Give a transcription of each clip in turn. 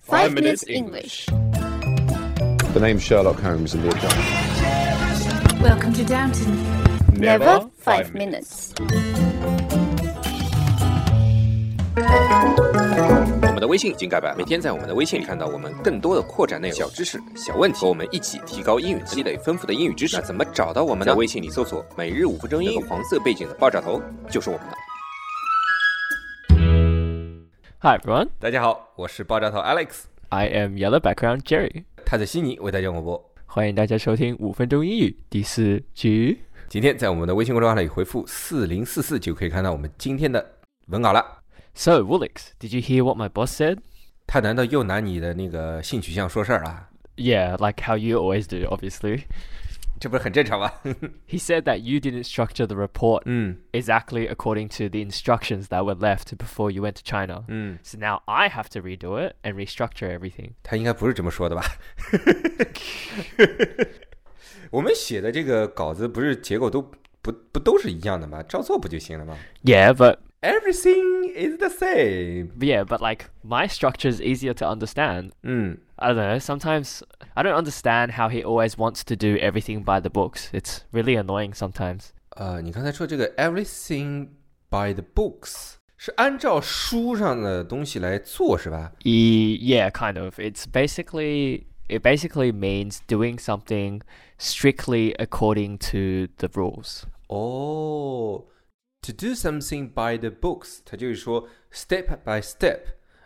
Five Minutes English. The name's Sherlock Holmes in the account. Welcome to Downton. Never five minutes. 我们的微信已经改版了，每天在我们的微信里看到我们更多的扩展内容、小知识、小问题，和我们一起提高英语，积累丰富的英语知识。那怎么找到我们呢？在微信里搜索“每日五分钟英语”，黄色背景的爆炸头就是我们的。 Hi everyone, 大家好，我是爆炸头 Alex， I am Yellow Background Jerry，他在悉尼为大家广播。欢迎大家收听五分钟英语第四局。今天在我们的微信公众号里回复四零四四就可以看到我们今天的文稿了。 So Woolix, did you hear what my boss said? 他难道又拿你的那个性取向说事儿了？ Yeah, like how you always do, obviously. 这不是很正常吗？ He said that you didn't structure the report 嗯 exactly according to the instructions that were left before you went to China. 嗯， So now I have to redo it and restructure everything. 他应该不是这么 说的吧？我们写的这个稿子不是结构都不不都是一样的吗？照做不就行了吗 Yeah, but ？Everything is the same。 yeah, but like my structure is easier to understand. 嗯， I don't know. Sometimes I don't understand how he always wants to do everything by the books. It's really annoying sometimes. 呃，你刚才说这个 everything by the books 是按照书上的东西来做是吧？ E- yeah, kind of. It's basically it basically means doing something strictly according to the rules. 哦、t o do something by the books，它就是说 step by step，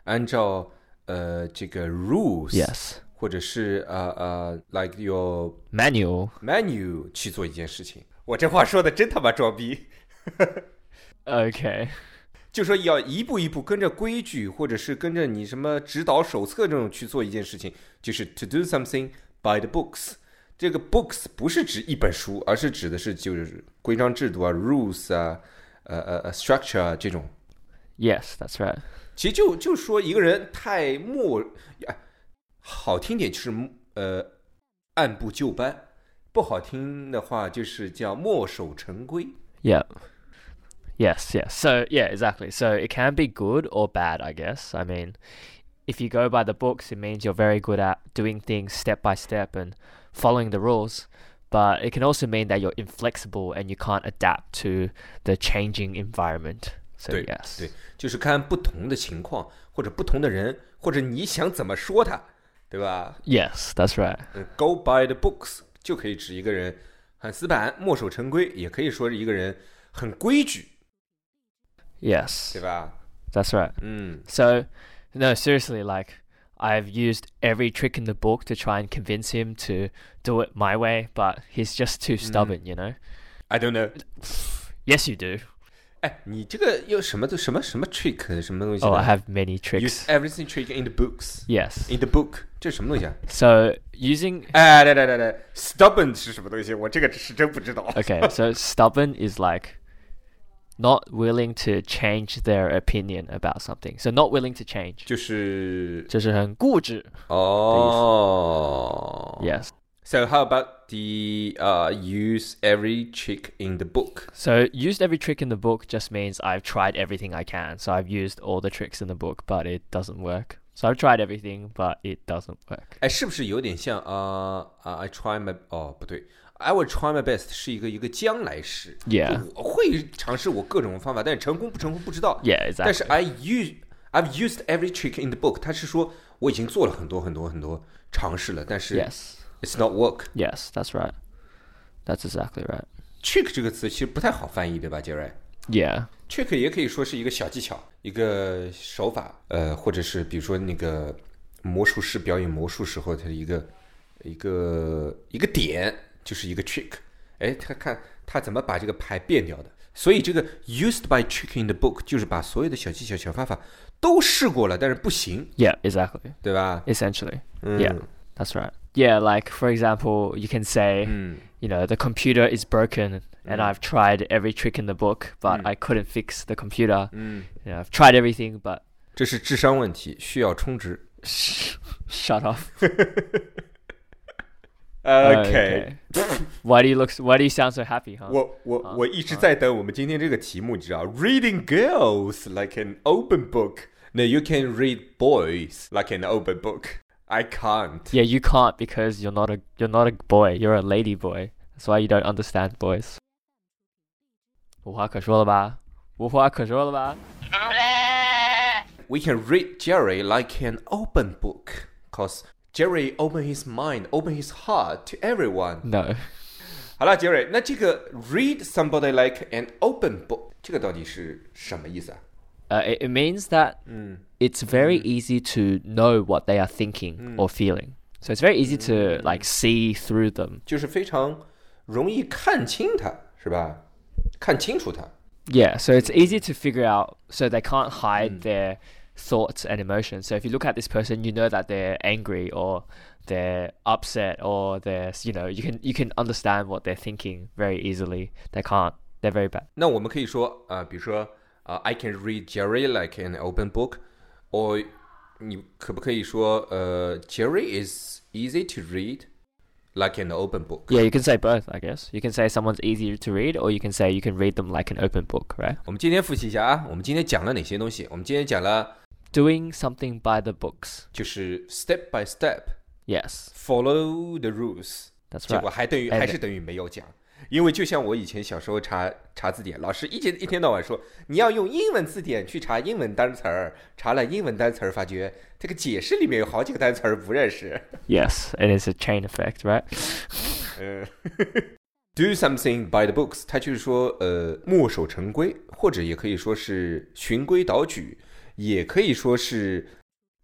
按照呃这个 rules。 Yes. 或者是呃呃，like your Manual. menu 去做一件事情。我这话说的真他妈装逼， Okay. 就说要一步一步跟着规矩，或者是跟着你什么指导手册这种去做一件事情，就是 to do something by the books。这个 books 不是指一本书，而是指的是就是规章制度啊、rules 啊、呃呃呃 structure 啊这种。 Yes, that's right. 其实就就说一个人太墨，啊好听点就是呃按部就班，不好听的话就是叫墨守成规。 Yeah. Yes, yes. So, yeah, exactly. So, it can be good or bad, I guess. I mean, if you go by the books, it means you're very good at doing things step by step and following the rules. But it can also mean that you're inflexible and you can't adapt to the changing environment. So, 对 yes. 对，就是看不同的情况或者不同的人，或者你想怎么说他，对吧 Yes, that's right. 嗯？Go by the books 就可以指一个人很死板、墨守成规，也可以说是一个人很规矩， Yes, 对吧？ that's right. 嗯 So, no, seriously, like, I've used every trick in the book to try and convince him to do it my way, but he's just too stubborn, you know? ，I don't know。 Yes, you do. 哎，你这个又什么都什么什么 trick 什么东西 Oh, I 的 have many ？Use tricks. everything trick in the books。 Yes. In the book，这是什么东西啊？ So using 哎，来来来来，stubborn 是什么东西？我这个是真不知 道。 okay, so stubborn is like not willing to change their opinion about something. So not willing to change. 就是 就是很固执.哦 Yes. So how about the uh use every trick in the book? So used every trick in the book just means I've tried everything I can. So I've used all the tricks in the book, but it doesn't work. So I've tried everything, but it doesn't work. 哎，是不是有点像啊啊、i try my 哦不对，I will try my best 是一个一个将来式。 Yeah. 我会尝试我各种方法，但是成功不成功不知道。 Yeah, 但是 exactly. I use I've used every trick in the book，他是说我已经做了很多很多很多尝试了，但是 Yes. it's not work。 Yes, that's right. That's exactly right. trick 这个词其实不太好翻译，对吧，杰瑞 Yeah. ？trick 也可以说是一个小技巧，一个手法，呃，或者是比如说那个魔术师表演魔术时候，它的一个一个一个点，就是一个 trick。哎，他看他怎么把这个牌变掉的。所以这个 used by trick in the book 就是把所有的小技巧、小方法都试过了，但是不行， Yeah, exactly. 对吧？ Essentially. 嗯 Yeah, that's right. Yeah, like for example, you can say, 嗯 you know, the computer is broken and Mm. I've tried every trick in the book, but Mm. I couldn't fix the computer. 嗯， You know, I've tried everything, but 这是智商问题，需要充值。 sh- shut up. 呃 Oh, Okay. why do you look? s- Why do you sound so happy, huh? 我我啊我一直在等我们今天这个题目，你知道，Reading girls like an open book No, you can read boys like an open book. I can't. Yeah, you can't because you're not a you're not a boy. You're a lady boy. That's why you don't understand boys. 无话可说了吧？无话可说了吧？ We can read Jerry like an open book. Cause Jerry open his mind, open his heart to everyone. No. 好了，Jerry，那这个 read somebody like an open book 这个到底是什么意思啊？ Uh, it, it means that it's very easy to know what they are thinking or feeling. So it's very easy to like see through them. 就是非常容易看清它，是吧？看清楚它。 Yeah, so it's easy to figure out. So they can't hide their thoughts and emotions. So if you look at this person, you know that they're angry or they're upset or they're you know you can you can understand what they're thinking very easily. They can't. They're very bad. 那我们可以说啊、呃比如说啊、i can read Jerry like an open book，or 你可不可以说呃，Jerry is easy to read like an open book？ Yeah, you can say both. I guess you can say someone's easier to read, or you can say you can read them like an open book, right? 我们今天复习一下啊，我们今天讲了哪些东西？我们今天讲了 Doing something by the books. 就是 step by step，follow Yes, the rules。 that's 结 right. 果还等于 And- 还是等于没有讲，因为就像我以前小时候查查字典，老师一天一天到晚说你要用英文字典去查英文单词儿，查了英文单词儿，发觉这个解释里面有好几个单词儿不认识。 Yes, it is a chain effect, right? 嗯 Do something by the books，它就是说，呃，墨守成规，或者也可以说是循规蹈矩，也可以说是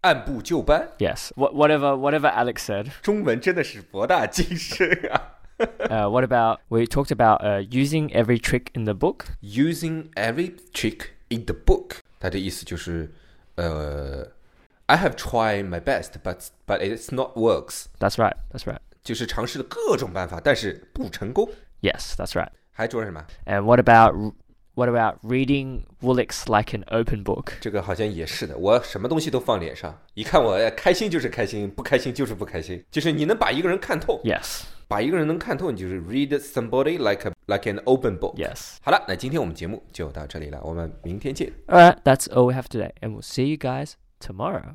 按部就班。 Yes. What whatever whatever Alex said. 中文真的是博大精深啊 Uh, what about we talked about uh, using every trick in the book? ！Using every trick in the book，它的意思就是，呃，I have tried my best，but but it's not works， That's right. That's right. 就是尝试了各种办法，但是不成功。 Yes, that's right. 还说什么？ And what about r- what about reading Woolix like an open book? 这个好像也是的，我什么东西都放脸上，一看我哎开心就是开心，不开心就是不开心，就是你能把一个人看透， Yes. 把一个人能看透，你就是 read somebody like a, like an open book。 Yes. 好了，那今天我们节目就到这里了，我们明天见。 All right. That's all we have today, and we'll see you guys tomorrow.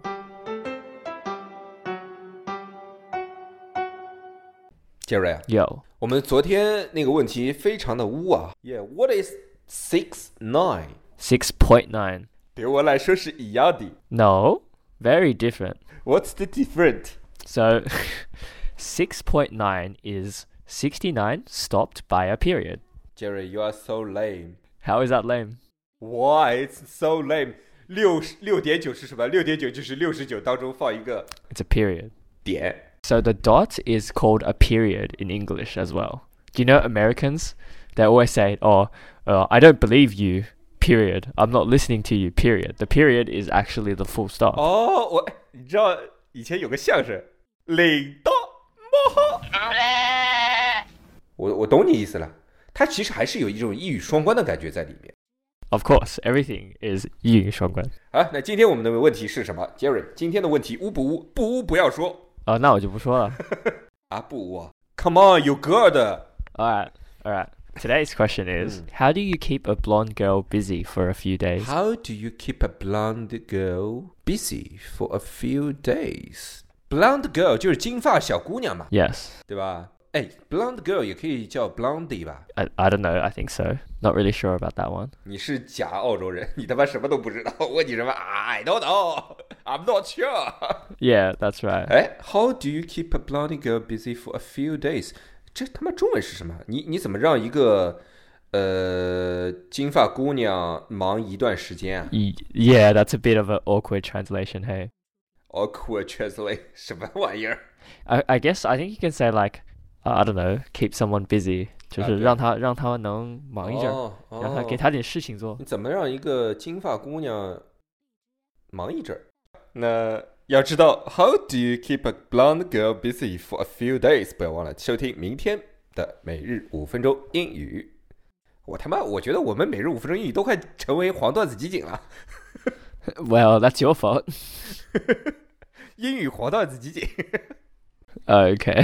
杰瑞啊， Yo. 我们昨天那个问题非常的污啊，Yeah，what is six nine？ Six point nine. 对我来说是一样的 No. Very different. ，What's the different？ So, 6.9 is 69 stopped by a period. 杰瑞，you are so lame。 How is that lame? Why it's so lame？六十六点九是什么？六点九就是六十九当中放一个 It's a period. 点。 So, the dot is called a period in English as well. Do you know Americans? They always say, oh, uh, I don't believe you, period. I'm not listening to you, period. The period is actually the full stop. 哦，我哎你知道以前有个相声，领到猫。我我懂你意思了，它其实还是有一种一语双关的感觉在里面。 Of course, everything is 一语双关.好，啊那今天我们的问题是什么，Jerry？今天的问题污不污？不污不要说 Oh, 哦，那我就不说了。啊，不污啊！Come on, you girl all right, all right. Today's question is How do you keep a blonde girl busy for a few days? How do you keep a blonde girl busy for a few days? Blonde girl 就是金发小姑娘嘛， Yes. 对吧？哎，blonde girl 也可以叫 blondie 吧？ I, I don't know. I think so. Not really sure about that one. 你是假澳洲人，你他妈什么都不知道，问你什么？I don't know, I'm not sure 。 Yeah, that's right. 哎，How do you keep a blonde girl busy for a few days？这他妈中文是什么？你你怎么让一个呃金发姑娘忙一段时间啊 Y- yeah, that's a bit of an awkward translation. Hey, ？Awkward translate 什么玩意儿？ I, I guess I think you can say like, uh, I don't know, keep someone busy. 就是让他-让他能忙一阵儿，哦哦，让他给他点事情做。你怎么让一个金发姑娘忙一阵儿？那要知道，How do you keep a blonde girl busy for a few days？不要忘了收听明天的每日五分钟英语。我他妈，我觉得我们每日五分钟英语都快成为黄段子集锦了， Well, that's your fault. 英语黄段子集锦。 Okay.